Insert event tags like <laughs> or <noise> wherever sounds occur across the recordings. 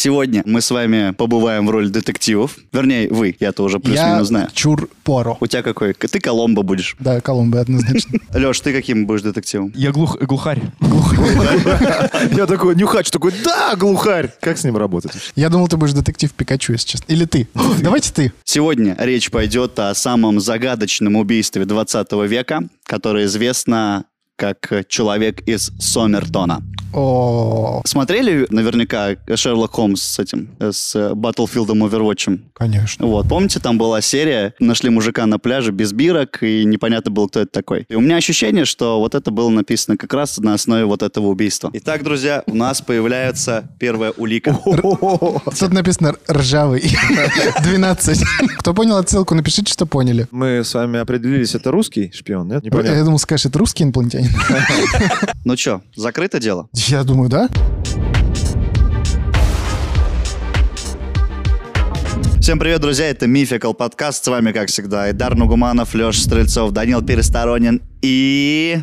Сегодня мы с вами побываем в роли детективов. Вернее, вы, я-то уже Я плюс-минус знаю. Чур Поро. У тебя какой? Ты Коломбо будешь. Да, <laughs> Колумбы однозначно. Леш, ты каким будешь детективом? Я глух, глухарь. <laughs> Я такой нюхач, такой, да, глухарь. Как с ним работать? Я думал, ты будешь детектив Пикачу, если честно. Или ты. Давайте ты. Сегодня речь пойдет о самом загадочном убийстве 20 века, которое известно как «Человек из Сомертона». О, Смотрели наверняка Шерлок Холмс с этим, э, с э, Баттлфилдом Овервотчем? конечно. Вот, помните, там была серия, нашли мужика на пляже без бирок, и непонятно было, кто это такой. И у меня ощущение, что вот это было написано как раз на основе вот этого убийства. Итак, друзья, у нас появляется первая улика. Тут написано <laughs> «ржавый». 12. Кто понял отсылку, напишите, что поняли. Мы с вами определились, это русский шпион, нет? Я Непонятно. думал, скажешь, это русский инопланетянин. <laughs> Ну что, закрыто дело? Я думаю, да? Всем привет, друзья, это Мификал подкаст, с вами, как всегда, Идар Нугуманов, Леша Стрельцов, Данил Пересторонин и...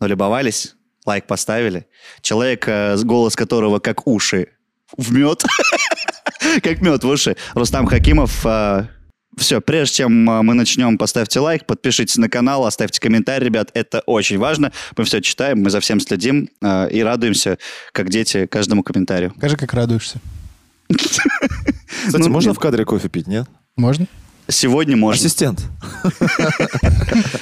Ну, любовались? Лайк поставили? Человек, э, с- голос которого как уши в мед, <laughs> как мед в уши, Рустам Хакимов. Все, прежде чем э, мы начнем, поставьте лайк, подпишитесь на канал, оставьте комментарий, ребят, это очень важно. Мы все читаем, мы за всем следим э, и радуемся, как дети, каждому комментарию. Скажи, как радуешься. Кстати, Ну, можно нет. в кадре кофе пить, нет? Можно? Сегодня можно. Ассистент.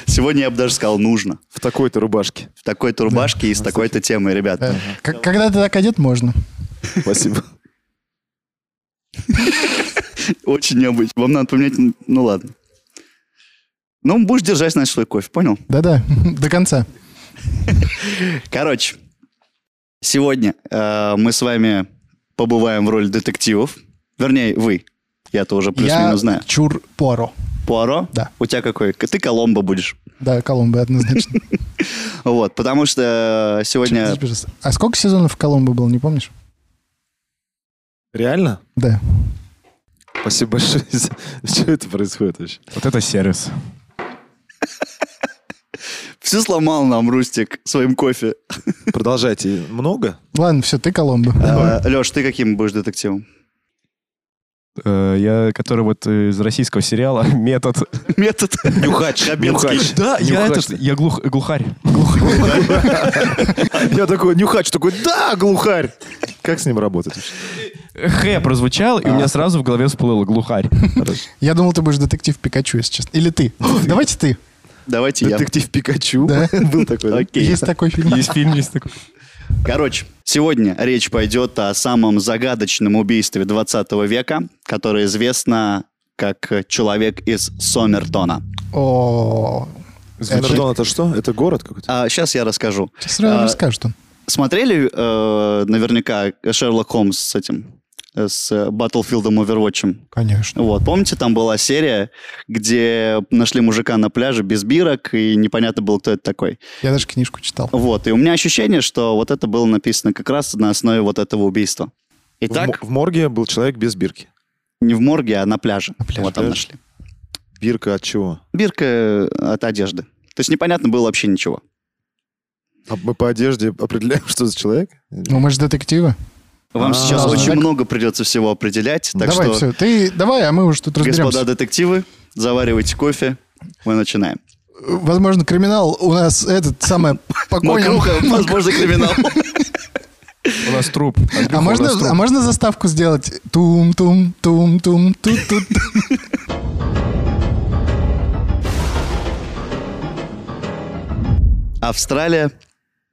Сегодня я бы даже сказал нужно. В такой-то рубашке. В такой-то рубашке и с такой-то темой, ребят. ну, Да. К- Э, Когда ты так одет, можно. Спасибо. Очень необычно. Вам надо поменять... н- Ну ладно. Ну, будешь держать, значит, свой кофе, понял? Да-да, <laughs> до конца. Короче, сегодня э, мы с вами побываем в роли детективов. Вернее, вы. Я-то уже Я плюс-минус знаю. Чур Поро. Пуаро? Да. У тебя какой? К- Ты Коломбо будешь. Да, Колумбы однозначно. Вот, потому что э, сегодня... А сколько сезонов в Колумбы было, не помнишь? Реально? Да. Спасибо большое. <laughs> за- Что это происходит вообще? Вот это сервис. Все сломал нам Рустик своим кофе. Продолжайте. Много? Ладно, все, ты Коломбо. Леш, Э, ты каким будешь детективом? Э, Я, который вот из российского сериала <laughs> «Метод». Метод. Нюхач. Хабенский. нюхач. Да, я Нюхач этот, ты. я глух, глухарь. Я такой нюхач, такой, да, глухарь. Как с ним работать вообще? Х прозвучал, и у меня сразу в голове всплыло глухарь. Хорошо. Я думал, ты будешь детектив Пикачу, если честно. Или ты. Давайте ты. Давайте я. Детектив Пикачу. Да. <laughs> Был такой. да? Окей. Есть такой фильм. Есть фильм, есть такой. Короче, сегодня речь пойдет о самом загадочном убийстве 20 века, которое известно как э, «Человек из Сомертона». О, Эрдон это что? Это город какой-то? сейчас А я расскажу. сразу А, расскажет он. Смотрели э, наверняка Шерлок Холмс с этим, э, с э, Баттлфилдом Овервотчем? Конечно. Вот, помните, там была серия, где нашли мужика на пляже без бирок, и непонятно было, кто это такой. Я даже книжку читал. Вот, и у меня ощущение, что вот это было написано как раз на основе вот этого убийства. В мо- Итак, В морге был человек без бирки. не в морге, а на пляже. На пляже. Вот там Пляж. нашли. Бирка от чего? Бирка э, от одежды. То есть непонятно было вообще ничего. А мы по одежде определяем, что за человек? Ну, мы же детективы. Вам А, сейчас да. очень ну Так. много придется всего определять. Так давай, что, все. Ты давай, а мы уже тут разберемся. господа детективы, заваривайте кофе. Мы начинаем. Возможно, криминал у нас <laughs> этот самое покойный. Мокруха, возможно, криминал. <laughs> У нас труп. А можно, а можно заставку сделать? Тум-тум, тум-тум, тут-тут. Австралия,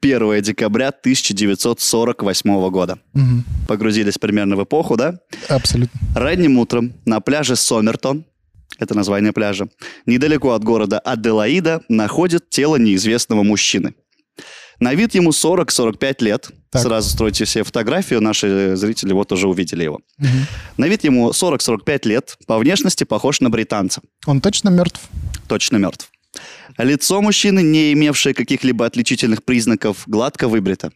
1 декабря 1948 года. Мгм. Погрузились примерно в эпоху, да? Абсолютно. Ранним утром на пляже Сомертон, это название пляжа, недалеко от города Аделаида находят тело неизвестного мужчины. На вид ему 40-45 лет. Так. Сразу стройте себе фотографию, наши зрители вот уже увидели его. Мгм. На вид ему 40-45 лет, по внешности похож на британца, Он точно мертв? точно мертв. Лицо мужчины, не имевшее каких-либо отличительных признаков, гладко выбрито.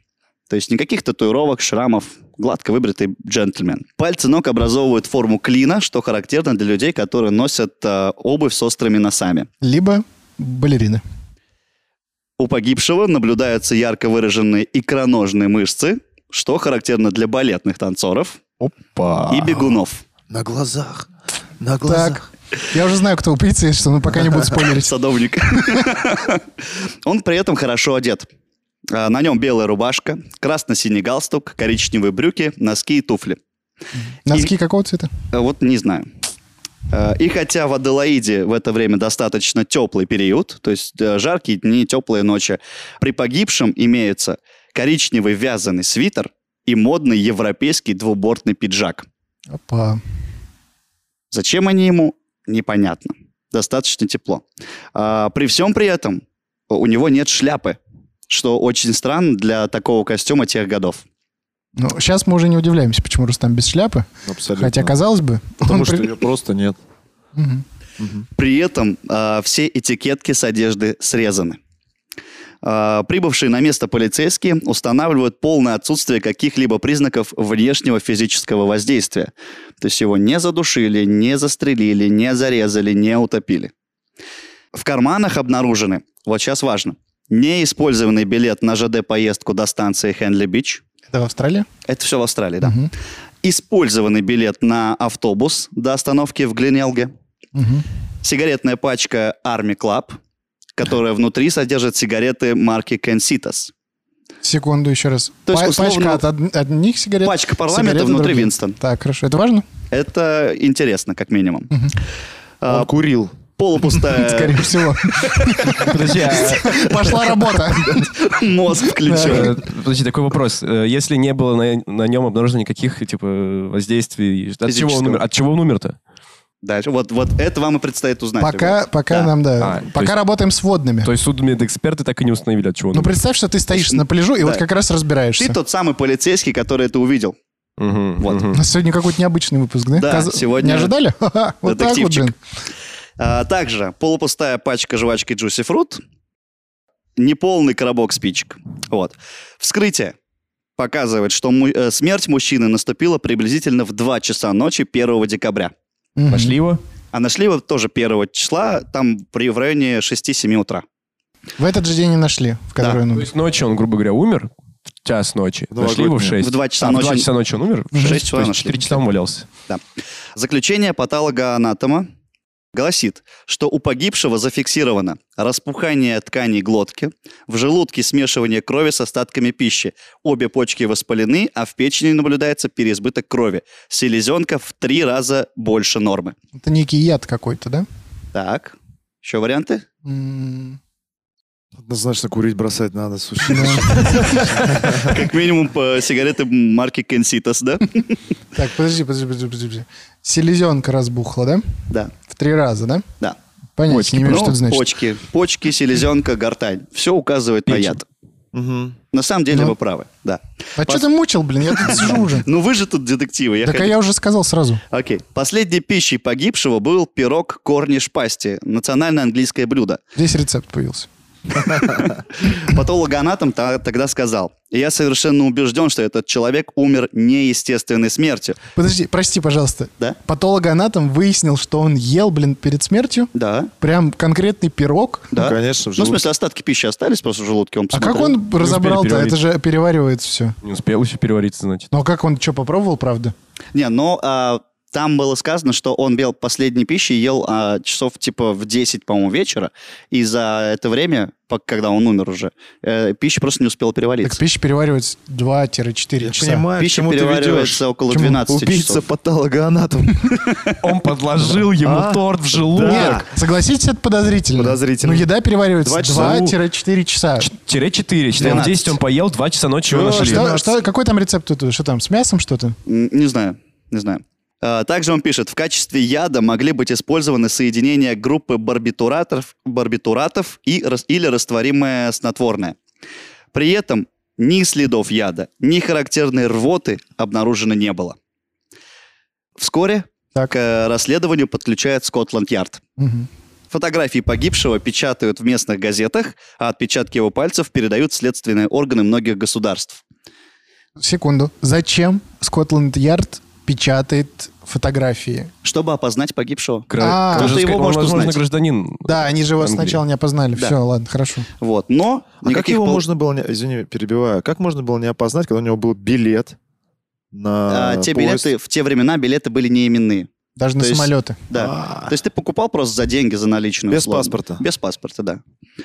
То есть никаких татуировок, шрамов, гладко выбритый джентльмен. Пальцы ног образовывают форму клина, что характерно для людей, которые носят э, обувь с острыми носами. Либо балерины. У погибшего наблюдаются ярко выраженные икроножные мышцы, что характерно для балетных танцоров Опа. и бегунов. На глазах. На Так, я уже знаю, кто убийца, если что, но пока не буду <laughs> спойлерить. Садовник. Он при этом хорошо одет. А, На нем белая рубашка, красно-синий галстук, коричневые брюки, носки и туфли. Носки какого цвета? А Вот не знаю. А, И хотя в Аделаиде в это время достаточно теплый период, то есть э, жаркие дни, теплые ночи, при погибшем имеется коричневый вязаный свитер и модный европейский двубортный пиджак. Опа. Зачем они ему, непонятно. Достаточно тепло. А, при всем при этом у него нет шляпы, что очень странно для такого костюма тех годов. Ну, сейчас мы уже не удивляемся, почему Рустам без шляпы. Ну, Абсолютно. Хотя, казалось бы, Потому он что при- ее просто нет. Мгм. При этом а, все этикетки с одежды срезаны. А, прибывшие на место полицейские устанавливают полное отсутствие каких-либо признаков внешнего физического воздействия. То есть его не задушили, не застрелили, не зарезали, не утопили. В карманах обнаружены, вот сейчас важно, неиспользованный билет на ЖД-поездку до станции Хенли-Бич. Это в Австралии? Это все в Австралии, да. Мгм. Использованный билет на автобус до остановки в Гленелге Мгм. сигаретная пачка Army Club, которая внутри содержит сигареты марки Кенситас. Секунду еще раз. То есть, Па- условно, Пачка от од- одних сигарет. Пачка парламента сигареты внутри другие. Винстон. Так, хорошо. Это важно? Это интересно, как минимум. А, Он курил. полупустая <laughs> Скорее <laughs> всего. Подожди, а, Пошла работа. мозг э, включен. подожди, такой вопрос. Э, Если не было на, на нем обнаружено никаких типа воздействий, от чего Физического. он умер? От чего он умер-то? Дальше. Вот, вот это вам и предстоит узнать. Пока, ребят. пока Да. нам, да. А, то пока есть- работаем с водными. То есть судмедэксперты так и не установили, от чего он Ну, умер. представь, что ты стоишь Слушай, на пляжу и да. вот как раз Ты разбираешься. тот самый полицейский, который это увидел. Мгм, Вот. У мгм. нас сегодня какой-то необычный выпуск, да? Да, сегодня Не ожидали? <laughs> Ха-ха, Вот так вот, детективчик. блин. А, также полупустая пачка жвачки Juicy Fruit, неполный коробок спичек. Вот. Вскрытие показывает, что му- э, смерть мужчины наступила приблизительно в 2 часа ночи 1 декабря. Мгм. Нашли его? А нашли его тоже 1 числа, там при, в районе 6-7 утра. В этот же день и нашли, в который он То умер. есть ночью он, грубо говоря, умер? В час ночи. В Нашли его ну. в новогоднюю. 6. В два часа В ночи. 2 часа ночи он умер? В шесть Шесть, часа То есть нашли. 4 часа он валялся. Заключение патологоанатома гласит, что у погибшего зафиксировано распухание тканей глотки, в желудке смешивание крови с остатками пищи, обе почки воспалены, а в печени наблюдается переизбыток крови. Селезенка в три раза больше нормы. Это некий яд какой-то, да? Так, еще варианты? М, Однозначно курить бросать надо, слушай. Как минимум по сигареты марки Кенситас, да? Так, подожди, подожди, подожди, подожди. Селезенка разбухла, да? Да, В три раза, да? да. Понятно, не имею, Ну, что это значит. почки, почки, селезенка, гортань. Все указывает на Печень. яд. На самом деле Ну. вы правы, да. А что ты мучил, блин? Я тут сижу уже. Ну вы же тут детективы. Я Так а хотел- я уже сказал сразу. Окей. Последней пищей погибшего был пирог корни шпасти, национальное английское блюдо. Здесь рецепт появился. Патологоанатом та- тогда сказал, я совершенно убежден, что этот человек умер неестественной смертью. Подожди, прости, пожалуйста. Да? Патологоанатом выяснил, что он ел, блин, перед смертью. Да, Прям конкретный пирог. да. конечно, в Ну, в желудке. смысле, остатки пищи остались просто в желудке. Он А посмотрел. как он разобрал-то? переварить. Это же переваривается все. Не успел еще перевариться, значит. Ну а как он что, попробовал, правда? Не, но а, там было сказано, что он бел последней пищи, ел а, часов типа в 10, по-моему, вечера. И за это время, пок- когда он умер уже, э, пища просто не успела Так перевариться. пища переваривается 2-4 часа. пища переваривается около Чему? 12 Убийца часов. <laughs> патологоанатом. Он подложил ему А? торт в Нет, желудок. согласитесь, это подозрительно. Подозрительно. Ну, еда переваривается Два часа. 2-4 часа. Что, Тире 4. Считаем, 12. 10 он поел, 2 часа ночи его Ну, нашли. что- что- какой там рецепт тут? Что там, с мясом что-то? М, Не знаю, не знаю. А, Также он пишет, в качестве яда могли быть использованы соединения группы барбитуратов, барбитуратов и, рас- или растворимое снотворное. При этом ни следов яда, ни характерной рвоты обнаружено не было. Вскоре Так. к э, расследованию подключает Скотланд-Ярд. Мгм. Фотографии погибшего печатают в местных газетах, а отпечатки его пальцев передают в следственные органы многих государств. Секунду. Зачем Скотланд-Ярд печатает фотографии. Чтобы опознать погибшего. А, Кра- Ты же кто-то его сказал, может возможно, узнать. гражданин. Да, они же его Англии. сначала не опознали. Да. Все, ладно, хорошо. Вот, но... А как никаких его пол- можно было, не- извини, перебиваю, как можно было не опознать, когда у него был билет на А, те поезд? билеты, в те времена билеты были не именные. Даже на То есть- самолеты. Да. А, То есть ты покупал просто за деньги, за наличную. Без условно. паспорта. Без паспорта, да.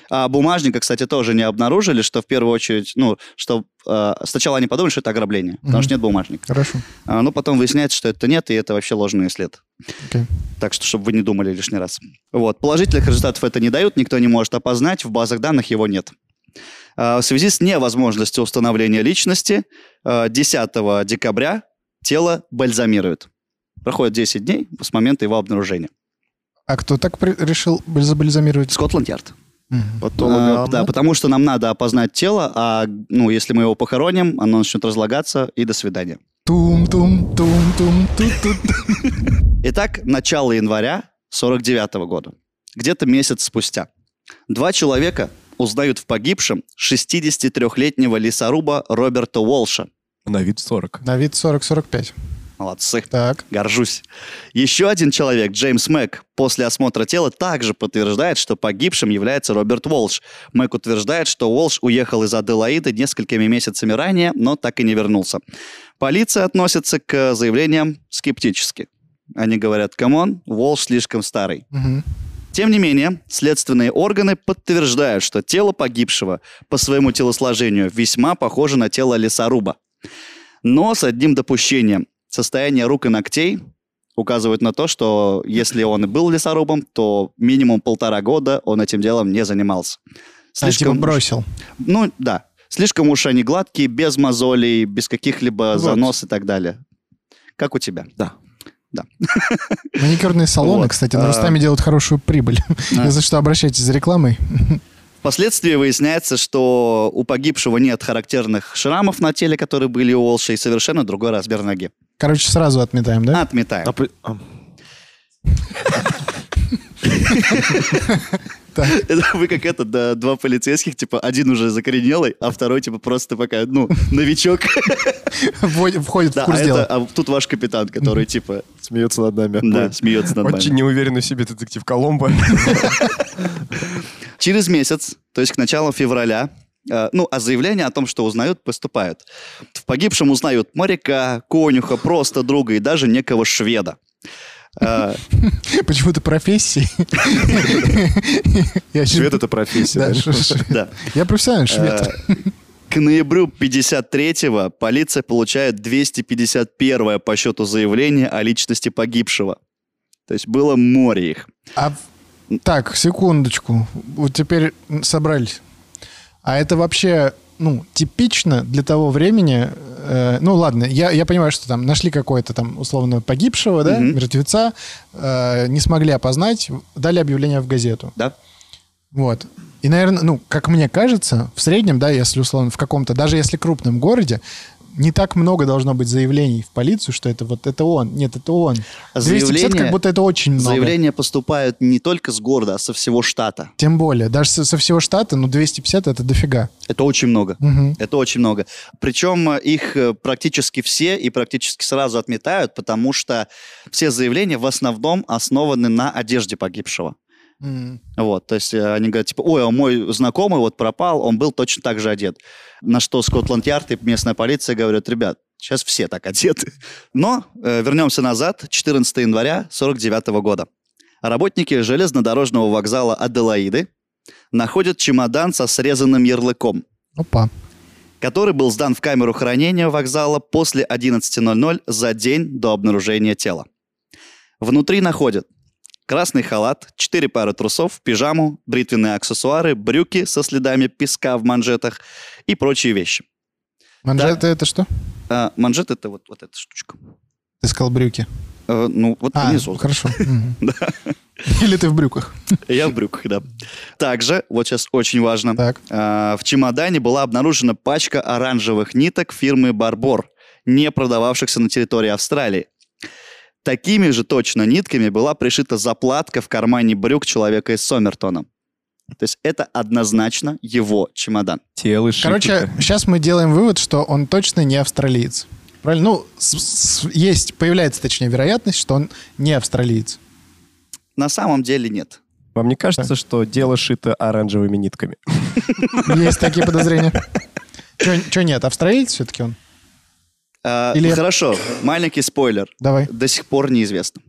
А бумажника, кстати, тоже не обнаружили, что в первую очередь, ну, что э, сначала они подумали, что это ограбление, потому Мгм. что нет бумажника. Хорошо. А, но потом выясняется, что это нет, и это вообще ложный след. Окей. Так что, чтобы вы не думали лишний раз. Вот. Положительных результатов это не дают, никто не может опознать, в базах данных его нет. А, В связи с невозможностью установления личности э, 10 декабря тело бальзамируют. Проходит 10 дней с момента его обнаружения. А кто так при- решил бальз- забальзамировать? Скотланд-Ярд. Мгм. А, патологоанатом. Да, потому что нам надо опознать тело, а ну, если мы его похороним, оно начнет разлагаться, и до свидания. Тум-тум-тум-тум-ту-ту-ту. Итак, начало января 49 года. Где-то месяц спустя. Два человека узнают в погибшем 63-летнего лесоруба Роберта Уолша. На вид 40. На вид 40-45. Молодцы. Так. Горжусь. Еще один человек, Джеймс Мэг, после осмотра тела также подтверждает, что погибшим является Роберт Уолш. Мэг утверждает, что Уолш уехал из Аделаиды несколькими месяцами ранее, но так и не вернулся. Полиция относится к заявлениям скептически. Они говорят, камон, Уолш слишком старый. Мгм. Тем не менее, следственные органы подтверждают, что тело погибшего по своему телосложению весьма похоже на тело лесоруба. Но с одним допущением. Состояние рук и ногтей указывает на то, что если он и был лесорубом, то минимум полтора года он этим делом не занимался. А, типа уж- бросил. Ну, да. Слишком уж они гладкие, без мозолей, без каких-либо Вот. занос и так далее. Как у тебя? Да. Маникюрные салоны, Вот. кстати, А. на Рустаме делают хорошую прибыль. Да. За что обращайтесь за рекламой. Впоследствии выясняется, что у погибшего нет характерных шрамов на теле, которые были у Олша, и совершенно другой размер ноги. Короче, сразу отметаем, да? Отметаем. А по- а, Это <laughs> Вы как это, да, два полицейских, типа, один уже закоренелый, а второй, типа, просто пока, ну, <laughs> новичок. Вводит- Входит Да, в а, курс это, дела. а тут ваш капитан, который, типа, Смеется над нами. да, смеется над Очень вами. неуверенный в себе детектив Коломбо. Через месяц, то есть к началу февраля, э, ну, а заявления о том, что узнают, поступают. В погибшем узнают моряка, конюха, просто друга и даже некого шведа. Э, <laughs> Почему-то профессии. <laughs> Я Швед щас- — это <laughs> профессия. Да, да? ш- ш- Да. Я профессиональный швед. Э, К ноябрю 53-го полиция получает 251 по счету заявление о личности погибшего. То есть было море их. А в- так, секундочку. Вот теперь собрались. А это вообще, ну, типично для того времени. э, ну, ладно, я, я понимаю, что там нашли какое-то там условно погибшего, да, Мгм. мертвеца, э, не смогли опознать, дали объявление в газету. Да? Вот. И, наверное, ну, как мне кажется, в среднем, да, если условно в каком-то, даже если крупном городе, не так много должно быть заявлений в полицию, что это вот это он, нет, это он. 250 Заявление- как будто это очень много. Заявления поступают не только с города, а со всего штата. Тем более, даже со, со всего штата, ну, 250 это дофига. Это очень много. Мгм. Это очень много. Причем э, их э, практически все и практически сразу отметают, потому что все заявления в основном основаны на одежде погибшего. М. Вот, то есть э, они говорят, типа, ой, а мой знакомый вот пропал, он был точно так же одет. На что Скотланд-Ярд и местная полиция говорят, ребят, сейчас все так одеты. Но э, вернемся назад, 14 января 49 года. Работники железнодорожного вокзала Аделаиды находят чемодан со срезанным ярлыком, Опа. который был сдан в камеру хранения вокзала после 11.00 за день до обнаружения тела. Внутри находят красный халат, 4 пары трусов, пижаму, бритвенные аксессуары, брюки со следами песка в манжетах и прочие вещи. Манжеты это что? А, манжет — это вот, вот эта штучка. Ты сказал брюки. Э, ну, вот А, внизу. хорошо. Мгм. Или ты в брюках. Я в брюках, да. Также, вот сейчас очень важно, Так. а, в чемодане была обнаружена пачка оранжевых ниток фирмы «Барбор», не продававшихся на территории Австралии. Такими же точно нитками была пришита заплатка в кармане брюк человека из Сомертона. То есть это однозначно его чемодан. Телыши. Короче, сейчас мы делаем вывод, что он точно не австралиец. Правильно? Ну, с- с- есть, появляется, точнее, вероятность, что он не австралиец. На самом деле нет. Вам не кажется, что дело шито оранжевыми нитками? Есть такие подозрения. Че нет, австралиец все-таки он? А, Или- Хорошо, маленький спойлер. Давай. До сих пор неизвестно.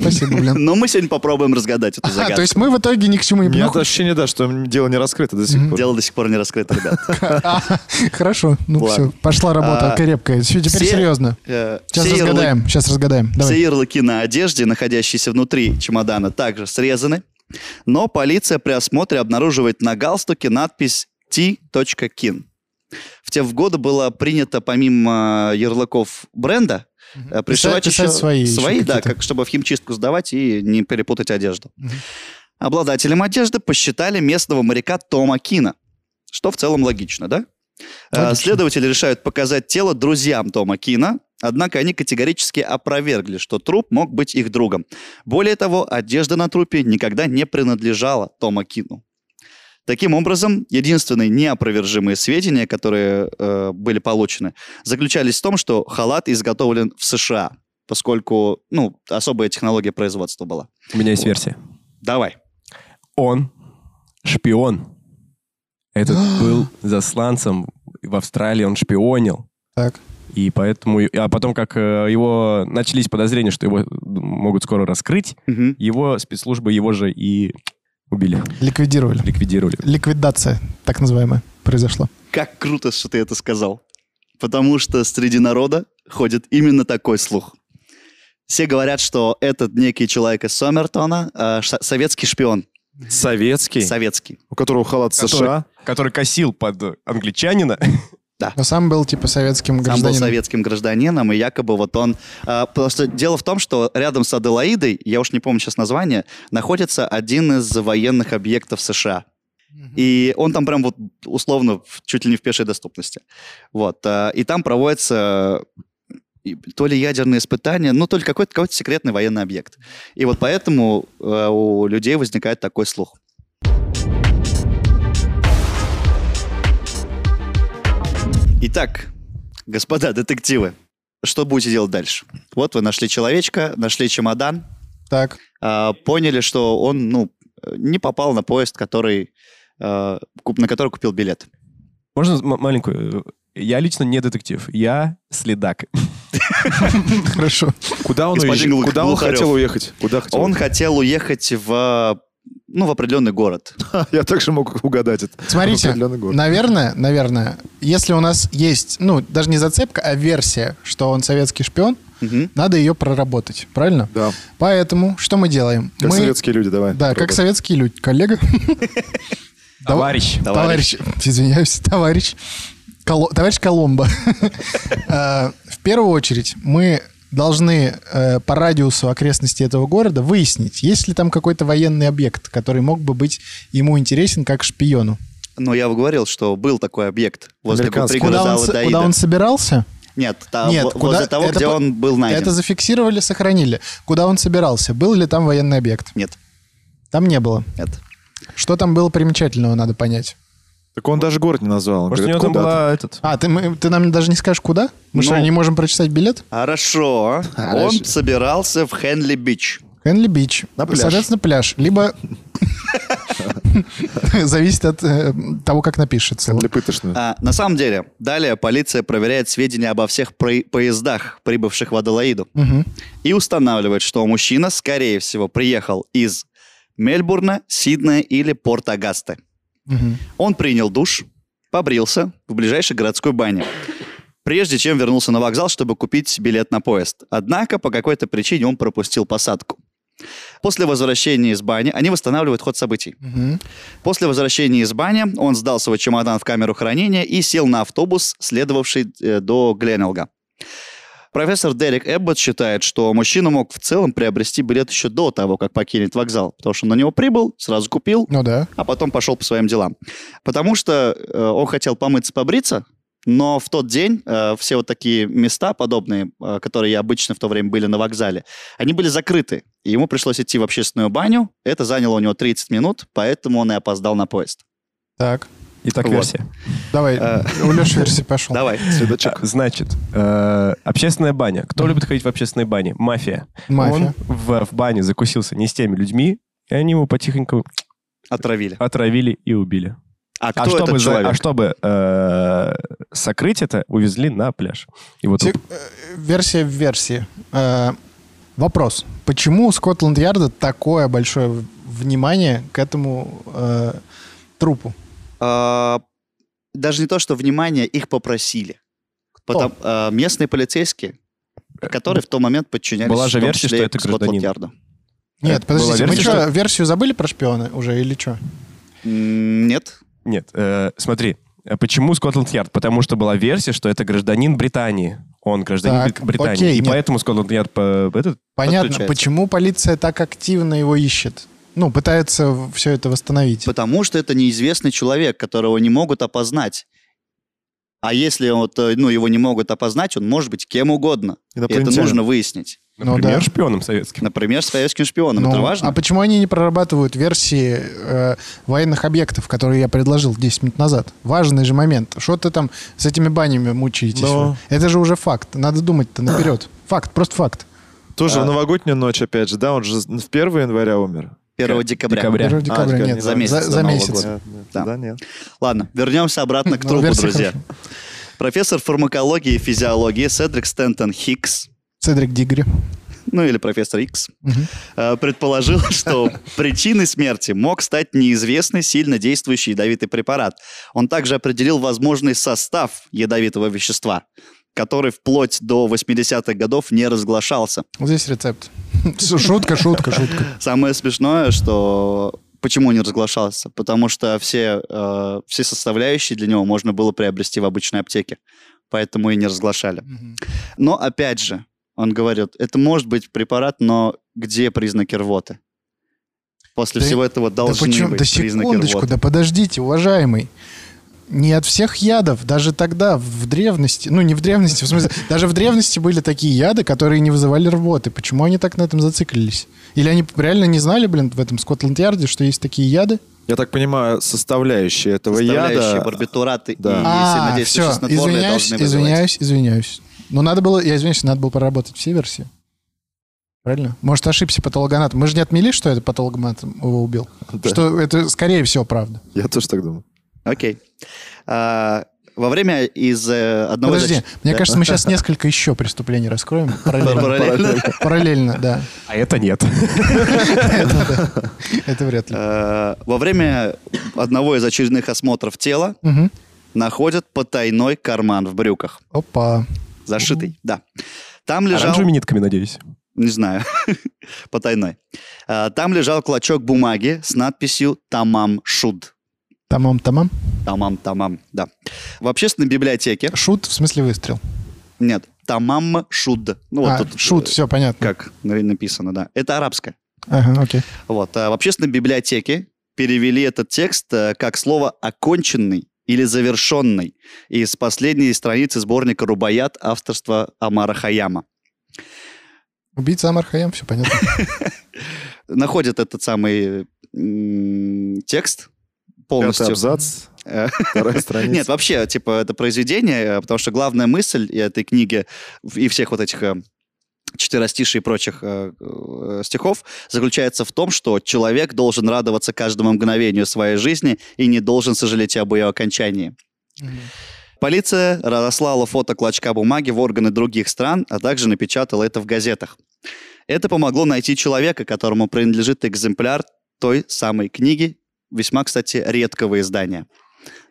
Спасибо, блин. Но мы сегодня попробуем разгадать эту А, загадку. то есть мы в итоге ни к чему не У меня придем. ощущение, да, что дело не раскрыто до сих пор. Дело до сих пор не раскрыто, ребят. <laughs> Хорошо, ну Ладно. все, пошла работа А, крепкая. Все, теперь все- серьезно. Э, Сейчас все ярлы- разгадаем, сейчас разгадаем. Все Давай. ярлыки на одежде, находящиеся внутри чемодана, также срезаны. Но полиция при осмотре обнаруживает на галстуке надпись «T.Kin». В те годы было принято, помимо а, ярлыков бренда, э, пришивать Писать- еще писать свои еще да, какие-то. как, чтобы в химчистку сдавать и не перепутать одежду. Обладателем одежды посчитали местного моряка Тома Кина, что в целом логично, да? Э, Логично. Следователи решают показать тело друзьям Тома Кина, однако они категорически опровергли, что труп мог быть их другом. Более того, одежда на трупе никогда не принадлежала Тома Кину. Таким образом, единственные неопровержимые сведения, которые э, были получены, заключались в том, что халат изготовлен в США, поскольку, ну, особая технология производства была. У меня есть версия. Давай. Он шпион. Этот был засланцем в Австралии, он шпионил. Так. И поэтому... А потом, как э, его начались подозрения, что его э, могут скоро раскрыть, Мгм. его спецслужбы его же и убили, Ликвидировали. ликвидировали. Ликвидация, так называемая, произошла. Как круто, что ты это сказал. Потому что среди народа ходит именно такой слух. Все говорят, что этот некий человек из Сомертона э, ш- советский шпион. Советский, Советский. у которого халат Который- США. Который косил под англичанина. <laughs> Но сам был типа советским Сам был гражданином. советским гражданином, и якобы вот он... э, просто дело в том, что рядом с Аделаидой, я уж не помню сейчас название, находится один из военных объектов США. И он там прям вот условно в- чуть ли не в пешей доступности. Вот. э, И там проводятся и- то ли ядерные испытания, ну, то ли какой-то какой секретный военный объект. И вот поэтому э, у людей возникает такой слух. Итак, господа детективы, что будете делать дальше? Вот вы нашли человечка, нашли чемодан, Так. а, поняли, что он, ну, э, не попал на поезд, который, э, куп- на который купил билет. Можно м- маленькую? э, Я лично не детектив. Я следак. Хорошо. Куда он, Господин уезж- Глух- Куда он Глухарев. хотел уехать? Куда хотел? Он хотел уехать в, э, ну, в определенный город. Я также мог угадать это. Смотрите, Определенный город. наверное, наверное, если у нас есть, ну, даже не зацепка, а версия, что он советский шпион, Мгм. надо ее проработать, правильно? Да. Поэтому что мы делаем? Как мы... советские люди, давай. Да, как Пробуй. советские люди. Коллега, Товарищ. товарищ, извиняюсь, товарищ, Коло- товарищ Коломбо. <laughs> Э, В первую очередь мы должны э, по радиусу окрестности этого города выяснить, есть ли там какой-то военный объект, который мог бы быть ему интересен как шпиону. Но я говорил, что был такой объект возле Американский. пригорода Куда он, с- Алладаида. куда он собирался? Нет, та- А Нет, во- куда- возле того, это где по- он был найден. Это зафиксировали, сохранили. Куда он собирался? Был ли там военный объект? Нет, Там не было. нет. Что там было примечательного, надо понять. Так он даже город не назвал. Он Может, у говорит, него там «Куда была этот... А, ты, мы- ты нам даже не скажешь, куда? Ну. Мы что, не можем прочитать билет? Хорошо. Хорошо. Он собирался в Хенли-Бич. Хенли Бич. На пляж. Соответственно, пляж. Либо... <laughs> Зависит от э, того, как напишется. ты?» Для пытошных. А, на самом деле, далее полиция проверяет сведения обо всех про- поездах, прибывших в Аделаиду, Мгм. и устанавливает, что мужчина, скорее всего, приехал из Мельбурна, Сиднея или Порт-Агасты. Мгм. Он принял душ, побрился в ближайшей городской бане, прежде чем вернулся на вокзал, чтобы купить билет на поезд. Однако по какой-то причине он пропустил посадку. После возвращения из бани они восстанавливают ход событий. Мгм. После возвращения из бани он сдал свой чемодан в камеру хранения и сел на автобус, следовавший э, до Гленелга. Профессор Дерек Эббот считает, что мужчина мог в целом приобрести билет еще до того, как покинет вокзал, потому что он на него прибыл, сразу купил, Ну да. а потом пошел по своим делам. Потому что э, он хотел помыться, побриться, но в тот день э, все вот такие места подобные, э, которые обычно в то время были на вокзале, они были закрыты. И ему пришлось идти в общественную баню. Это заняло у него 30 минут, поэтому он и опоздал на поезд. Так. Итак, Вот. версия. Давай, Э. у Леши версии пошел. Давай. Следочек. А, Значит, э, общественная баня. Кто любит ходить в общественные бани? Мафия. Мафия. Он в, в бане закусился не с теми людьми, и они его потихоньку Отравили. отравили и убили. А А кто чтобы, этот за- человек? а чтобы э, сокрыть это, увезли на пляж. И вот Тик- э, Версия в версии. Э, Вопрос. Почему у Скотланд-Ярда такое большое в- внимание к этому э, трупу? А, Даже не то, что внимание, их попросили. Потом, а, местные полицейские, которые в тот момент подчинялись Э, Была же в том версия, числе что и это Скотланд гражданин. Ярду. Нет, Это Э, была подождите, мы версия, что, версию забыли про шпиона уже или что? М, Нет. Нет, э, смотри, э, почему Скотланд-Ярд? Потому что была версия, что это гражданин Британии. Он гражданин Так, Бри- Британии. окей, и нет. поэтому Скотланд-Ярд по- этот... Понятно, Подключается. почему полиция так активно его ищет. Ну, пытается все это восстановить. Потому что это неизвестный человек, которого не могут опознать. А если вот, э, ну, его не могут опознать, он может быть кем угодно. И это Инопланетянин. нужно выяснить. Ну да. Например, шпионом советским. Например, с советским шпионом. Ну, это важно? А почему они не прорабатывают версии э, военных объектов, которые я предложил 10 минут назад? Важный же момент. Что ты там с этими банями мучаетесь? Но- Ну. вы? Это же уже факт. Надо думать-то наперед. Факт, просто факт. Тоже А. в новогоднюю ночь, опять же, да, он же в 1 января умер. 1 декабря. Декабря. 1 декабря, А, нет. за месяц до за Нового месяц. года. Нет, нет, Да. Да, нет. Ладно, вернемся обратно к Ну, трупу, версия друзья. хорошо. Профессор фармакологии и физиологии Седрик Стентон Хикс, Цедрик Дигри. ну или профессор Икс, Мгм. э, предположил, <laughs> что причиной смерти мог стать неизвестный сильно действующий ядовитый препарат. Он также определил возможный состав ядовитого вещества, который вплоть до 80-х годов не разглашался. Вот здесь рецепт. Шутка, шутка, шутка. Самое смешное, что почему не разглашался? Потому что все, э, все составляющие для него можно было приобрести в обычной аптеке. Поэтому и не разглашали. Мгм. Но опять же, он говорит, это может быть препарат, но где признаки рвоты? После Да всего этого Да должны почему- быть Да признаки секундочку, рвоты. да подождите, уважаемый. Не от всех ядов, даже тогда, в древности, ну не в древности, в смысле, даже в древности были такие яды, которые не вызывали рвоты. Почему они так на этом зациклились? Или они реально не знали, блин, в этом Скотланд-Ярде, что есть такие яды? Я так понимаю, составляющие этого Составляющие яда... барбитураты Да. а, и все, сильнодействующие снотворные извиняюсь, должны вызывать. извиняюсь, извиняюсь. Но надо было, я извиняюсь, надо было проработать все версии. Правильно? Может, ошибся патологонат. Мы же не отмели, что это патологонат его убил. Да. Что это, скорее всего, правда. Я тоже так думаю. Окей. А, во время из э, одного... Подожди, зач- мне Да. кажется, мы сейчас несколько еще преступлений раскроем. <laughs> Параллельно. Параллельно. Параллельно, да. А это нет. Это да. Это вряд ли. Э, Во время одного из очередных осмотров тела Мгм. находят потайной карман в брюках. Опа. Зашитый, да. Там лежал... Оранжевыми нитками, надеюсь. Не знаю. <laughs> Потайной. А, Там лежал клочок бумаги с надписью «Тамам Шуд». Тамам, тамам. Тамам, тамам, да. В общественной библиотеке... Шут, в смысле выстрел. Нет, «Тамам Шуд». Ну, вот А, тут, э, шут, все понятно. Как на- написано, да. Это арабское. Ага, окей. Вот. а в общественной библиотеке перевели этот текст э, как слово «оконченный» или «завершенный» из последней страницы сборника «Рубаят» авторства Амара Хаяма. Убийца Амар Хаям, все понятно. Находят этот самый м, текст Пятый полностью. абзац, Э, вторая страница. Нет, вообще, типа, это произведение, э, потому что главная мысль этой книги в- и всех вот этих э, четверостишей и прочих э, э, стихов заключается в том, что человек должен радоваться каждому мгновению своей жизни и не должен сожалеть об ее окончании. Полиция разослала фото клочка бумаги в органы других стран, а также напечатала это в газетах. Это помогло найти человека, которому принадлежит экземпляр той самой книги, весьма, кстати, редкого издания.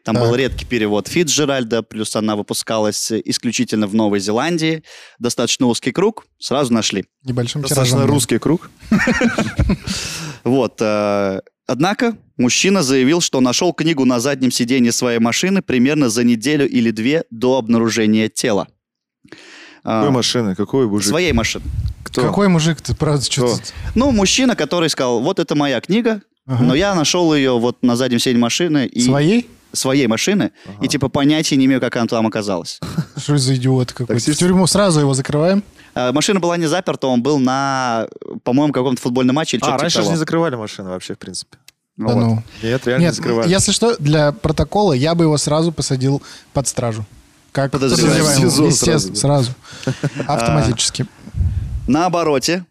Там был Так. редкий перевод Фитджеральда, плюс она выпускалась исключительно в Новой Зеландии. Достаточно узкий круг, сразу нашли. Небольшим Достаточно тиражом. русский круг. Вот. э, Однако мужчина заявил, что нашел книгу на заднем сиденье своей машины примерно за неделю или две до обнаружения тела. А, Какой машины, какой мужик? Своей машины. Кто? Какой мужик ты, правда, Кто? что Ну, мужчина, который сказал, вот это моя книга, но я нашел ее вот на заднем сиденье машины Ну и Своей? своей машины, и типа понятия не имею, как она там оказалась. Что за идиот какой-то? В Таксист? тюрьму сразу его закрываем. А, Машина была не заперта, он был на, по-моему, каком-то футбольном матче или А, что-то раньше типа же не того. закрывали машины вообще, в принципе. Ну да вот. ну. Нет, реально Нет, закрывают. если что, для протокола я бы его сразу посадил под стражу. Как Подозреваемого. подозреваемого. СИЗО Естественно, сразу. Автоматически. На обороте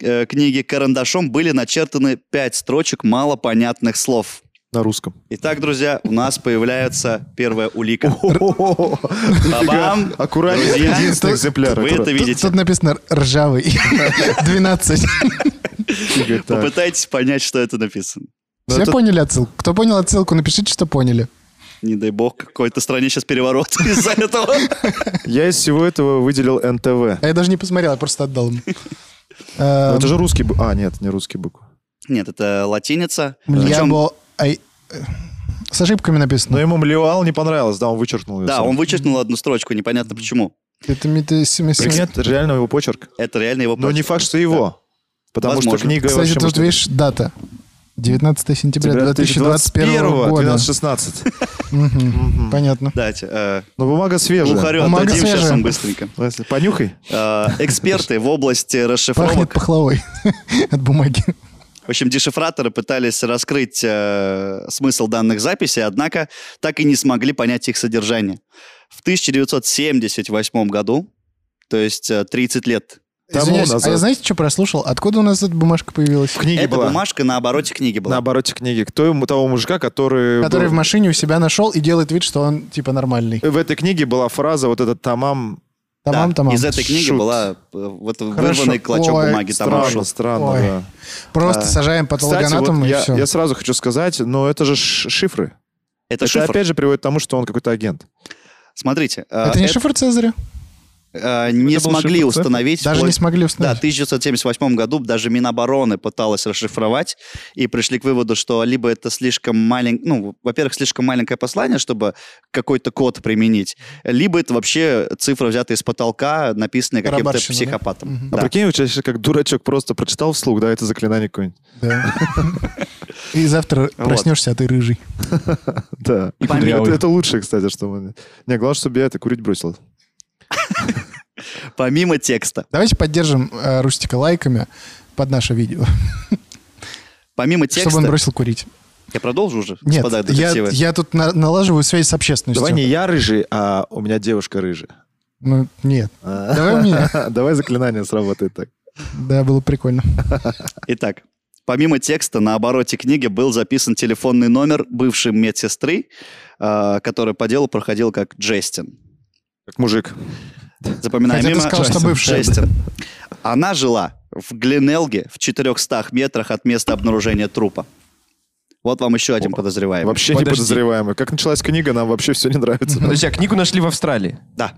э, книги карандашом были начертаны пять строчек малопонятных слов. На русском. Итак, друзья, у нас появляется первая улика. Бабам! Бабам! Аккуратнее, Друзья, единственный экземпляр. Вы это аккуратно. Тут, видите. тут написано «ржавый». <laughs> 12. Фига, так. Попытайтесь понять, что это написано. Ну, Все это- поняли отсылку? Кто понял отсылку, напишите, что поняли. Не дай бог, какой-то стране сейчас переворот <laughs> из-за этого. Я из всего этого выделил НТВ. А я даже не посмотрел, я просто отдал <laughs> им. Но Эм, Это же русский... бу- А, нет, не русский букв. Нет, это латиница. Эм, я Причем, был- ай, э, С ошибками Но написано. ему Млюал не понравилось, да, он вычеркнул ее. да, сам. он вычеркнул одну строчку, непонятно почему. Ну, Это ми- ты семи- семи- Прикинь, это реально его почерк. Это реально его Но Ну, не почерк. факт, что его. Потому что Возможно. книга... Кстати, вообще тут может- видишь дата. 19 сентября 2021 года. 12-16. Мгм, Понятно. Да, те- э, Но бумага свежая. Глухарю Бумага отдадим сейчас свежая. он быстренько. Если- Понюхай. Э, Эксперты в области <laughs> Пахнет расшифровок, пахлавой <laughs> от бумаги. в общем, дешифраторы пытались раскрыть э, смысл данных записей, однако так и не смогли понять их содержание. В 1978 году, то есть э, 30 лет, Тому Извиняюсь, а назад. я знаете, что прослушал? Откуда у нас эта бумажка появилась? В книге эта была. бумажка на обороте книги На была. обороте книги. Кто ему того мужика, который... Который был- в машине у себя нашел и делает вид, что он типа нормальный. В этой книге была фраза вот этот тамам... Тамам, Да, тамам. Из этой книги Шут. была э, вот Хорошо. вырванный клочок Ой, бумаги. там Странно, нашел. странно, Ой. да. Просто Да. сажаем Кстати, вот патологоанатом и я, все. я сразу хочу сказать, но это же ш- шифры. Это шифр. опять же приводит к тому, что он какой-то агент. Смотрите, э, Это не это, шифр Цезаря? э, не Это был смогли шифр, да? установить. Даже не вплоть- смогли Да, в установить. 1978 году даже Минобороны пыталась расшифровать и пришли к выводу, что либо это слишком маленькое, ну, во-первых, слишком маленькое послание, чтобы какой-то код применить, либо это вообще цифра, взятая из потолка, написанная каким-то Барабарщина, да? психопатом. Мгм. Да. А прикинь, вот сейчас как дурачок просто прочитал вслух, да, это заклинание какое-нибудь. Да. <laughs> И завтра Вот. проснешься, а ты рыжий. Да. <laughs> И Это, кудрявый. это лучшее, кстати, что... мы- Не, главное, чтобы я это курить бросил. Помимо текста. Давайте поддержим э, Рустика лайками под наше видео, <laughs> Помимо текста... чтобы он бросил курить. Я продолжу уже, Нет, господа я, детективы? я тут на- налаживаю связь с общественностью. Давай не я рыжий, а у меня девушка рыжая. Ну, нет. Давай у меня. <laughs> Давай заклинание сработает так. Да, было прикольно. Итак, помимо текста, на обороте книги был записан телефонный номер бывшей медсестры, э, которая по делу проходила как Джестин. Как мужик. Запоминаем. Хотя ты мимо. сказал, что бывшая. Джестин. Она жила в Гленелге в 400 метрах от места обнаружения трупа. Вот вам еще один подозреваемый. Вообще не Подожди. подозреваемый. Как началась книга, нам вообще все не нравится. Подожди, а книгу нашли в Австралии. Да.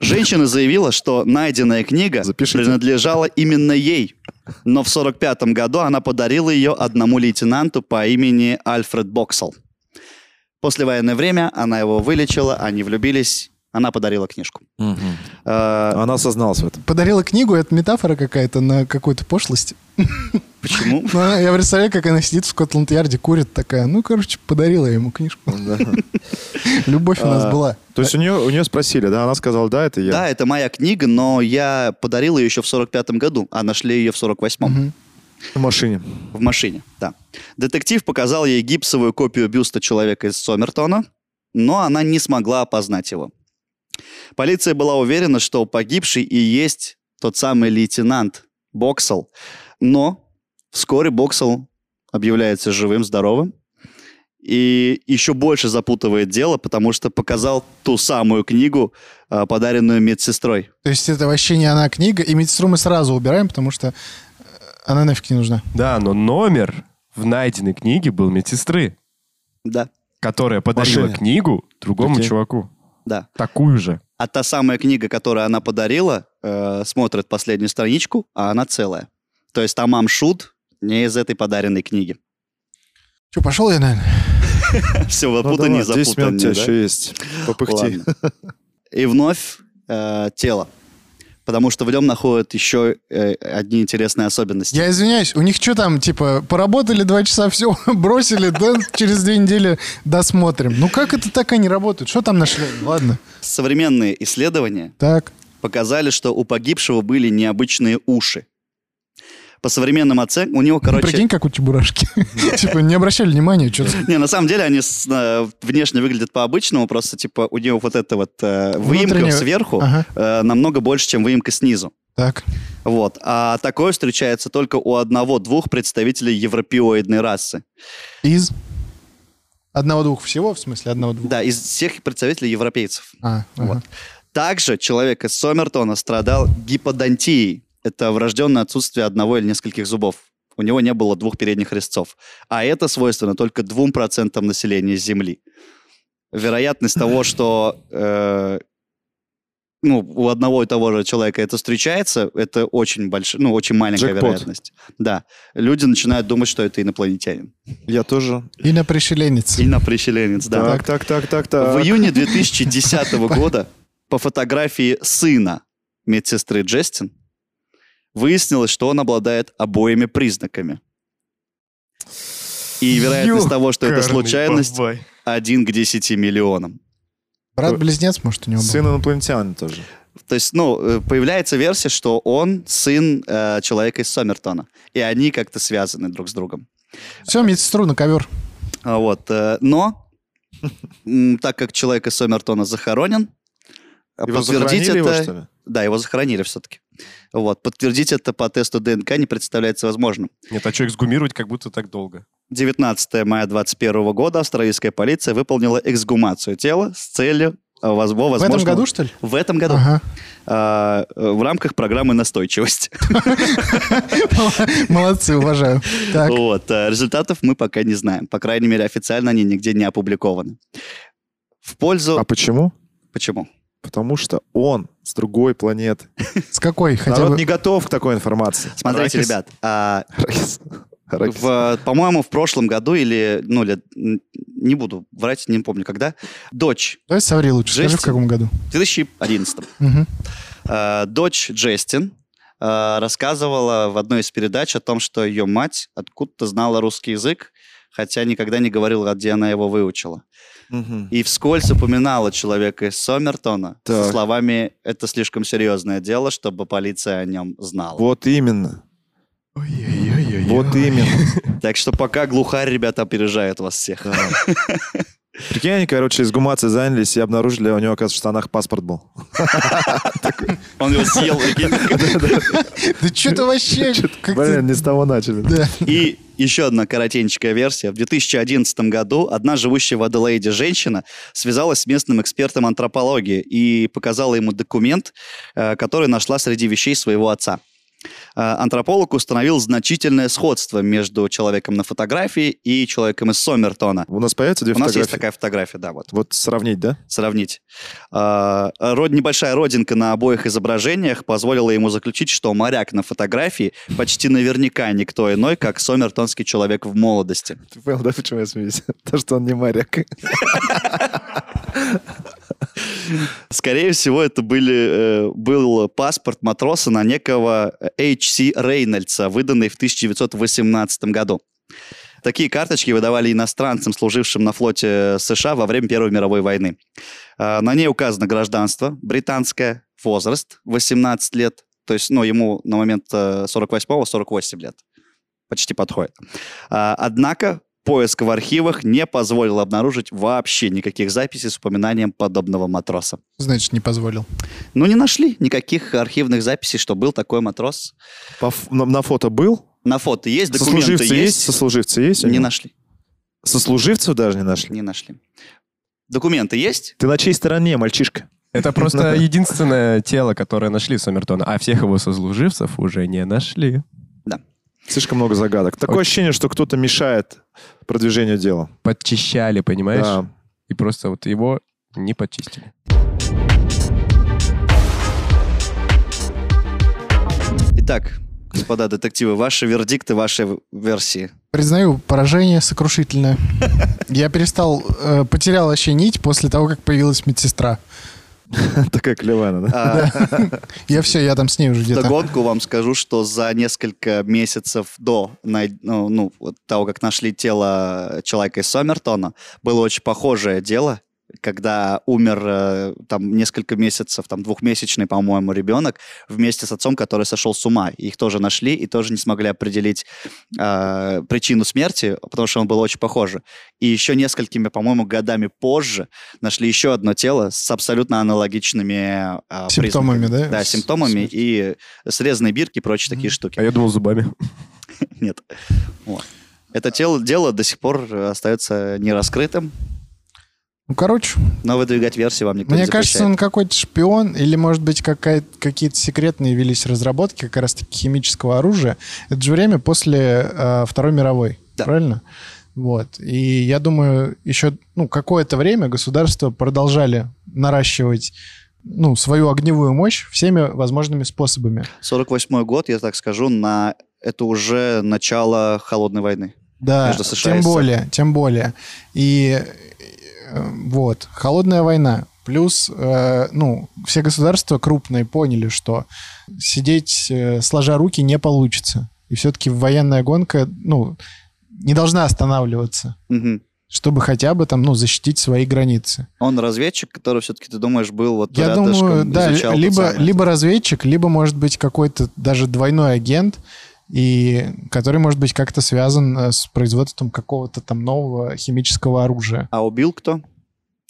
Женщина заявила, что найденная книга Запишите. принадлежала именно ей. Но в 1945 году она подарила ее одному лейтенанту по имени Альфред Боксел. Послевоенное время она его вылечила, они влюбились, она подарила книжку. А, Э, А Она осозналась в этом. Подарила книгу, это метафора какая-то на какую-то пошлость. Почему? Ну, она- я представляю, как она сидит в Скотланд-Ярде, курит такая. Ну, короче, подарила ему книжку. Любовь у А, нас была. То есть у нее, у нее спросили, да? Она сказала, да, это я. Да, это моя книга, но я подарил ее еще в 45 году, а нашли ее в 48-м. Мгм. В машине. В машине, да. Детектив показал ей гипсовую копию бюста человека из Сомертона, но она не смогла опознать его. Полиция была уверена, что погибший и есть тот самый лейтенант Боксел, но вскоре Боксел объявляется живым, здоровым, и еще больше запутывает дело, потому что показал ту самую книгу, э, подаренную медсестрой. То есть это вообще не она книга, и медсестру мы сразу убираем, потому что э, она нафиг не нужна. Да, но номер в найденной книге был медсестры, Да, которая подарила машине. книгу другому Прикинь. чуваку. да. Такую же. А та самая книга, которую она подарила, э, смотрит последнюю страничку, а она целая. То есть Тамам Шут не из этой подаренной книги. <laughs> Че, пошел я, наверное? Все, Ну, запутаннее, давай, 10 минут у тебя запутаннее. да? еще есть. Попыхти. Ладно. И вновь э, тело. Потому что в нем находят еще э, одни интересные особенности. Я извиняюсь, у них что там, типа, поработали два часа, все, <laughs> бросили, да, через две недели досмотрим. Ну как это так они работают? Что там нашли? Ладно. Современные исследования Так. показали, что у погибшего были необычные уши. по современным оценкам, у него, короче... Прикинь, как у Чебурашки. <laughs> Типа, не обращали внимания, что Не, на самом деле они с- э, внешне выглядят по-обычному, просто типа у него вот эта вот э, выемка Внутренняя- сверху Ага. э, намного больше, чем выемка снизу. Так. Вот. А такое встречается только у одного-двух представителей европеоидной расы. Из? Одного-двух всего, в смысле, одного-двух? Да, из всех представителей европейцев. А, ага. Вот. Также человек из Сомертона страдал гиподонтией. Это врожденное отсутствие одного или нескольких зубов. У него не было двух передних резцов. А это свойственно только 2% населения Земли. Вероятность того, <laughs> что э, ну, у одного и того же человека это встречается, это очень большая, ну, очень маленькая Джекпот. вероятность. Да. Люди начинают думать, что это инопланетянин. Я тоже. И на пришеленец. Инопришеленец, да. Так, так, так, так, В так. июне 2010 <laughs> года по фотографии сына медсестры Джестин выяснилось, что он обладает обоими признаками. И вероятность того, что это случайность, 1 к 10 миллионам. Брат-близнец, может, у него был? Сын инопланетянин тоже. То есть, ну, э, появляется версия, что он сын э, человека из Сомертона. И они как-то связаны друг с другом. Все, медсестру на ковер. А Вот. э, <laughs> Но, м, так как человек из Сомертона захоронен, э, Его захоронили его, что ли? Да, его захоронили все-таки. Вот. Подтвердить это по тесту ДНК не представляется возможным. Нет, а что эксгумировать как будто так долго? 19 мая 2021 года австралийская полиция выполнила эксгумацию тела с целью э, воз- во- В возможного... этом году, что ли? В этом году. Ага. А, э, в рамках программы «Настойчивость». <laughs> Молодцы, уважаю. <laughs> Так, Ну, Вот. э, Результатов мы пока не знаем. По крайней мере, официально они нигде не опубликованы. В пользу... А почему? Почему? Потому что он с другой планеты. с какой хотя Народ бы? не готов к такой информации. Смотрите, Аракис. ребят, а, Аракис. Аракис. В, э, по-моему, в прошлом году или, ну, лет, н- не буду врать, не помню когда, дочь Давай соври лучше, скажи, в Жесть. каком году. в 2011 Мгм. э, дочь Джестин э, рассказывала в одной из передач о том, что ее мать откуда-то знала русский язык, хотя никогда не говорила, где она его выучила. Мгм. И вскользь упоминала человека из Сомертона со Так. словами «это слишком серьезное дело, чтобы полиция о нем знала». Вот именно. Вот именно. Так что пока глухарь, ребята, опережает вас всех. Да. Прикинь, они, короче, из гумации занялись и обнаружили, у него, оказывается, в штанах паспорт был. Он его съел. прикинь. <laughs> Да что ты вообще? <laughs> как ты- Блин, не с того начали. Да. И еще одна коротенькая версия. В 2011 году одна живущая в Аделаиде женщина связалась с местным экспертом антропологии и показала ему документ, э, который нашла среди вещей своего отца. Э, Антрополог установил значительное сходство между человеком на фотографии и человеком из Сомертона. У нас появятся две У нас есть фотографии? такая фотография, да, вот, Вот сравнить, да? сравнить. Э, род- Небольшая родинка на обоих изображениях позволила ему заключить, что моряк на фотографии почти наверняка никто иной, как сомертонский человек в молодости. Ты понял, да, почему я смеюсь? <laughs> То, что он не моряк. Скорее всего, это были, э, был паспорт матроса на некого H.C. Рейнольдса, выданный в 1918 году. Такие карточки выдавали иностранцам, служившим на флоте э, США во время Первой мировой войны. Э, На ней указано гражданство, британское, возраст 18 лет, то есть ну, ему на момент э, 48-го 48 лет почти подходит. А, Однако поиск в архивах не позволил обнаружить вообще никаких записей с упоминанием подобного матроса. Значит, не позволил. Ну, не нашли никаких архивных записей, что был такой матрос. По ф- На на фото был? На фото есть, документы Сослуживцы есть. есть? Сослуживцы есть? у Не него? нашли, Сослуживцев даже не нашли? не нашли. Документы есть? Ты на чьей стороне, мальчишка? Это просто единственное тело, которое нашли Сомертона, а всех его сослуживцев уже не нашли. Слишком много загадок. Такое Ок. ощущение, что кто-то мешает продвижению дела. Подчищали, понимаешь? Да. И просто вот его не подчистили. Итак, господа детективы, ваши вердикты, ваши в- версии. Признаю, поражение <laughs> сокрушительное. Я перестал, э, потерял вообще нить после того, как появилась медсестра. Такая клевана, да? <laughs> А, Я все, я там с ней уже где-то. Вдогонку вам скажу, что за несколько месяцев до най- ну, ну, вот того, как нашли тело человека из Сомертона, было очень похожее дело. когда умер э, там несколько месяцев, там двухмесячный, по-моему, ребенок вместе с отцом, который сошел с ума. Их тоже нашли и тоже не смогли определить э, причину смерти, потому что он был очень похожи. И еще несколькими, по-моему, годами позже нашли еще одно тело с абсолютно аналогичными э, Симптомами, признаками. да? Да, симптомами Смерть. и срезанные бирки и прочие такие штуки. А я думал зубами. Нет. Вот. А Это тело, дело до сих пор э, остается нераскрытым, Ну, короче, но выдвигать версии вам никто не мне запрещает. кажется, он какой-то шпион, или, может быть, какая- какие-то секретные велись разработки как раз-таки химического оружия. Это же время после э, Второй мировой, Да. правильно? Вот. И я думаю, еще ну, какое-то время государства продолжали наращивать ну, свою огневую мощь всеми возможными способами. 48 год, я так скажу, на это уже начало холодной войны. Да, между США и тем СССР. более, тем более. И э, вот, холодная война. Плюс, э, ну, все государства крупные поняли, что сидеть э, сложа руки не получится. И все-таки военная гонка, ну, не должна останавливаться, Мгм. чтобы хотя бы там, ну, защитить свои границы. Он разведчик, который все-таки, ты думаешь, был вот Я рядышком, думаю, да, изучал тот либо, самый. либо разведчик, либо, может быть, какой-то даже двойной агент, и который, может быть, как-то связан э, с производством какого-то там нового химического оружия. А убил кто?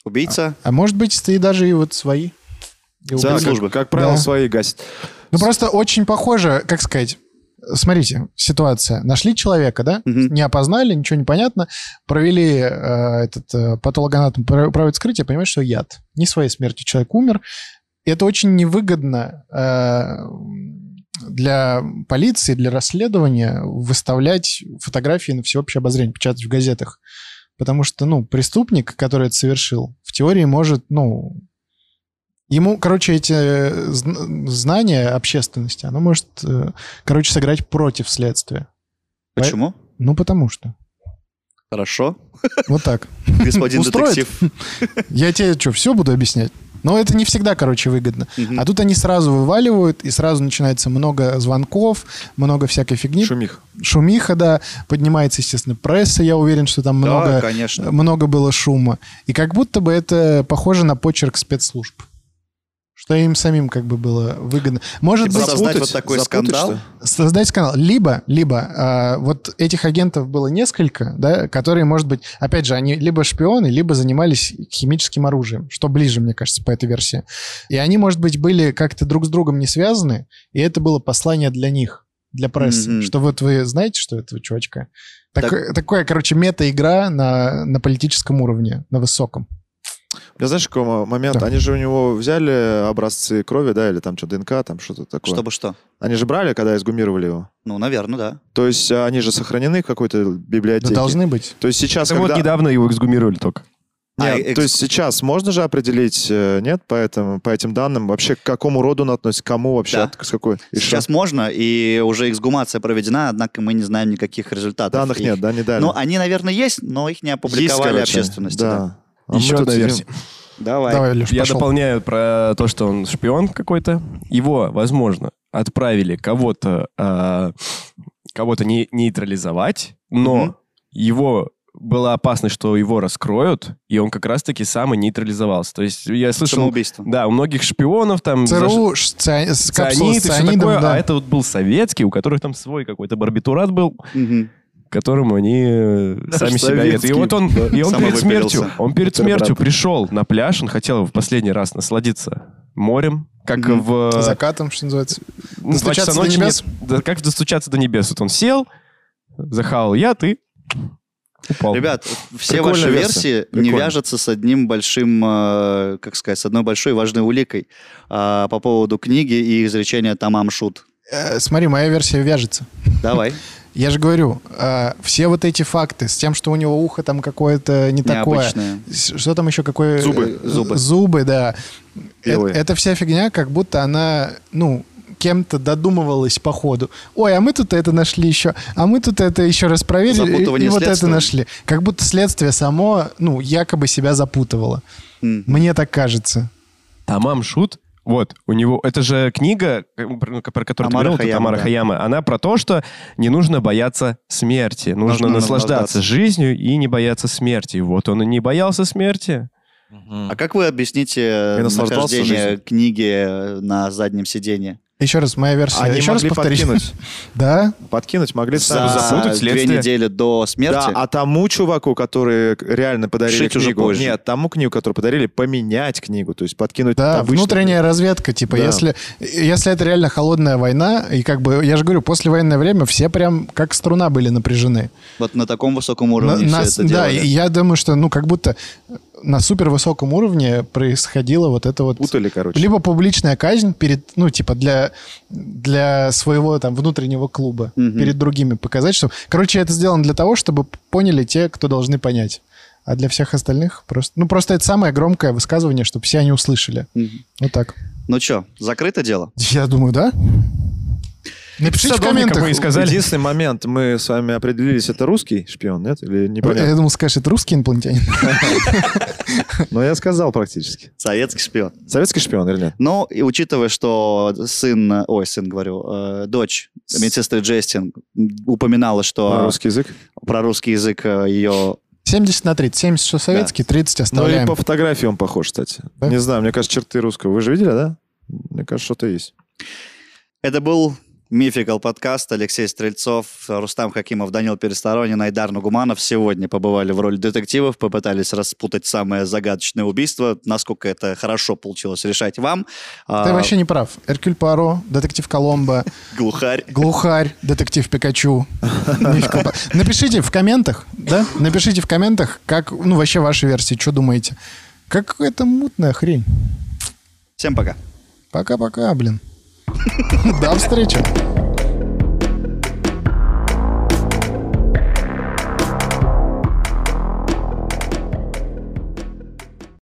Убийца? А может быть, ты даже и вот свои. И Да, Да, убил. службы. как, как правило, Да. свои гасят. Ну, просто очень похоже, как сказать... Смотрите, ситуация. Нашли человека, да? Мгм. Не опознали, ничего не понятно. Провели э, этот э, патологоанатом, про- проводит вскрытие, понимаешь, что яд. Не своей смертью человек умер. И это очень невыгодно э, для полиции, для расследования выставлять фотографии на всеобщее обозрение, печатать в газетах. Потому что, ну, преступник, который это совершил, в теории может, ну... Ему, короче, эти э, зн- знания общественности, оно может, э, короче, сыграть против следствия. Почему? Ну, потому что. <laughs> Хорошо. Вот так. Господин Устроит? детектив. Я тебе что, все буду объяснять? Но это не всегда, короче, выгодно. Мгм. А тут они сразу вываливают, и сразу начинается много звонков, много всякой фигни. Шумих. Шумиха, да. Поднимается, естественно, пресса. Я уверен, что там Да, много, конечно. много было шума. И как будто бы это похоже на почерк спецслужб. Что им самим как бы было выгодно. Может Типа быть, создать вот такой скандал? что ли? создать канал. Либо, либо а, вот этих агентов было несколько, да, которые, может быть, опять же, они либо шпионы, либо занимались химическим оружием, что ближе, мне кажется, по этой версии. И они, может быть, были как-то друг с другом не связаны, и это было послание для них, для прессы, Мгм. что вот вы знаете, что этого чувачка? Так- Такое- Такое, короче, мета-игра на, на политическом уровне, на высоком. Я знаешь, какой мо- момент? Да. Они же у него взяли образцы крови, да, или там что, ДНК, там что-то такое. Чтобы что? Они же брали, когда изгумировали его. Ну, наверное, да. То есть а, они же сохранены в какой-то Да библиотеке. должны быть. То есть сейчас, Так вот, когда- недавно его эксгумировали только. А, Нет, экс- то есть сейчас можно же определить, э, нет, по, этому, по этим данным, вообще к какому роду он относится, кому вообще, Да. от- с какой... и Сейчас что? можно, и уже эксгумация проведена, однако мы не знаем никаких результатов. данных И- нет, да, не дали. Ну, они, наверное, есть, но их не Есть, опубликовали короче, общественности. да. Да. А мы Еще тут одна сидим. версия. Давай. Давай, Леш, Я пошел. дополняю про то, что он шпион какой-то. Его, возможно, отправили кого-то а, кого-то не, нейтрализовать, но Мгм. его была опасность, что его раскроют, и он как раз-таки сам и нейтрализовался. То есть я слышал, ну, Самоубийство. да, у многих шпионов там заж- ЦРУ, ш- циани- с капсулой цианид и с все цианидом, такое, да. а это вот был советский, у которых там свой какой-то барбитурат был, Мгм. которому они э, сами себя едят. советский, И вот он, и он Сам перед выпилился. смертью, он перед Это смертью брат. пришел на пляж, он хотел в последний раз насладиться морем, как Мгм. в э, Закатом, что называется. ну, в два Достучаться часа до ночи небес? нет. Да, как в достучаться до небес. Вот он сел, захавал я, ты упал. Ребят, все Прикольная ваши версия. версии не Прикольно. вяжутся с одним большим, э, как сказать, с одной большой важной уликой а, по поводу книги и изречения Тамам Шут. Э, Смотри, моя версия вяжется. <laughs> Давай. Я же говорю, э, все вот эти факты с тем, что у него ухо там какое-то не такое. Необычное. С- Что там еще какое? Зубы. э, Зубы. Зубы, да. Э, Белые. Это вся фигня, как будто она, ну, кем-то додумывалась по ходу. Ой, а мы тут это нашли еще, а мы тут это еще раз проверили, и- и, Запутывание вот это следствия. нашли. Как будто следствие само, ну, якобы себя запутывало. М. Мне так кажется. Тамам Шут, вот, у него, это же книга, э, про, про Тамара которую ты говорил, это Хаяма, Тамара да. Хаяма, она про то, что не нужно бояться смерти, Нужно нужно наслаждаться наслаждаться. жизнью и не бояться смерти. Вот он и не боялся смерти. А как вы объясните наслаждался нахождение жизнью. книги на задним сиденье? Еще раз, моя версия. Они Еще раз А могли повторить. подкинуть. Да? Подкинуть могли сами За запутать. запутать две следствие? недели до смерти? Да, а тому чуваку, который реально подарили Шить уже книгу- позже. Нет, тому книгу, которую подарили, поменять книгу, то есть подкинуть Да, обычную внутренняя разведка, типа, Да. если, если это реально холодная война, и как бы, я же говорю, послевоенное время все прям как струна были напряжены. Вот на таком высоком На- уровне нас- все это да, делали. и я думаю, что, ну, как будто на супервысоком уровне происходило вот это вот... книгу. Путали, короче. Либо публичная казнь перед, ну, типа, для, для своего там внутреннего клуба, Мгм. перед другими показать, что... Короче, это сделано для того, чтобы поняли те, кто должны понять. А для всех остальных просто... Ну, просто это самое громкое высказывание, чтобы все они услышали. Мгм. Вот так. Ну что, закрыто дело? Я думаю, да? Напишите в Садовника комментах. мы и сказали. Единственный момент, мы с вами определились, это русский шпион, нет? Или Я непонятно? думал, скажешь, это русский инопланетянин. Но я сказал практически. Советский шпион. Советский шпион или нет? Ну, и учитывая, что сын, э, ой, сын, говорю, э, дочь медсестры Джестин упоминала, А. что На русский язык? про русский язык э, ее... 70 на 30. 70 что советский, 30 Ну и оставляем. по фотографии он похож, кстати. Да? Не знаю, мне кажется, черты русского. Вы же видели, да? Мне кажется, что-то есть. Это был Мификал подкаст. Алексей Стрельцов, Рустам Хакимов, Данил Пересторонин, Айдар Нагуманов сегодня побывали в роли детективов, попытались распутать самое загадочное убийство. Насколько это хорошо получилось решать вам. А, Ты вообще не прав. Эркюль Паро, детектив <laughs> Коломбо, Глухарь. глухарь, детектив Пикачу. Мишка Па- Напишите в комментах, да? Напишите в комментах, как, ну, вообще ваши версии, что думаете. Как это мутная хрень. Всем пока. Пока-пока, блин. <laughs> До встречи.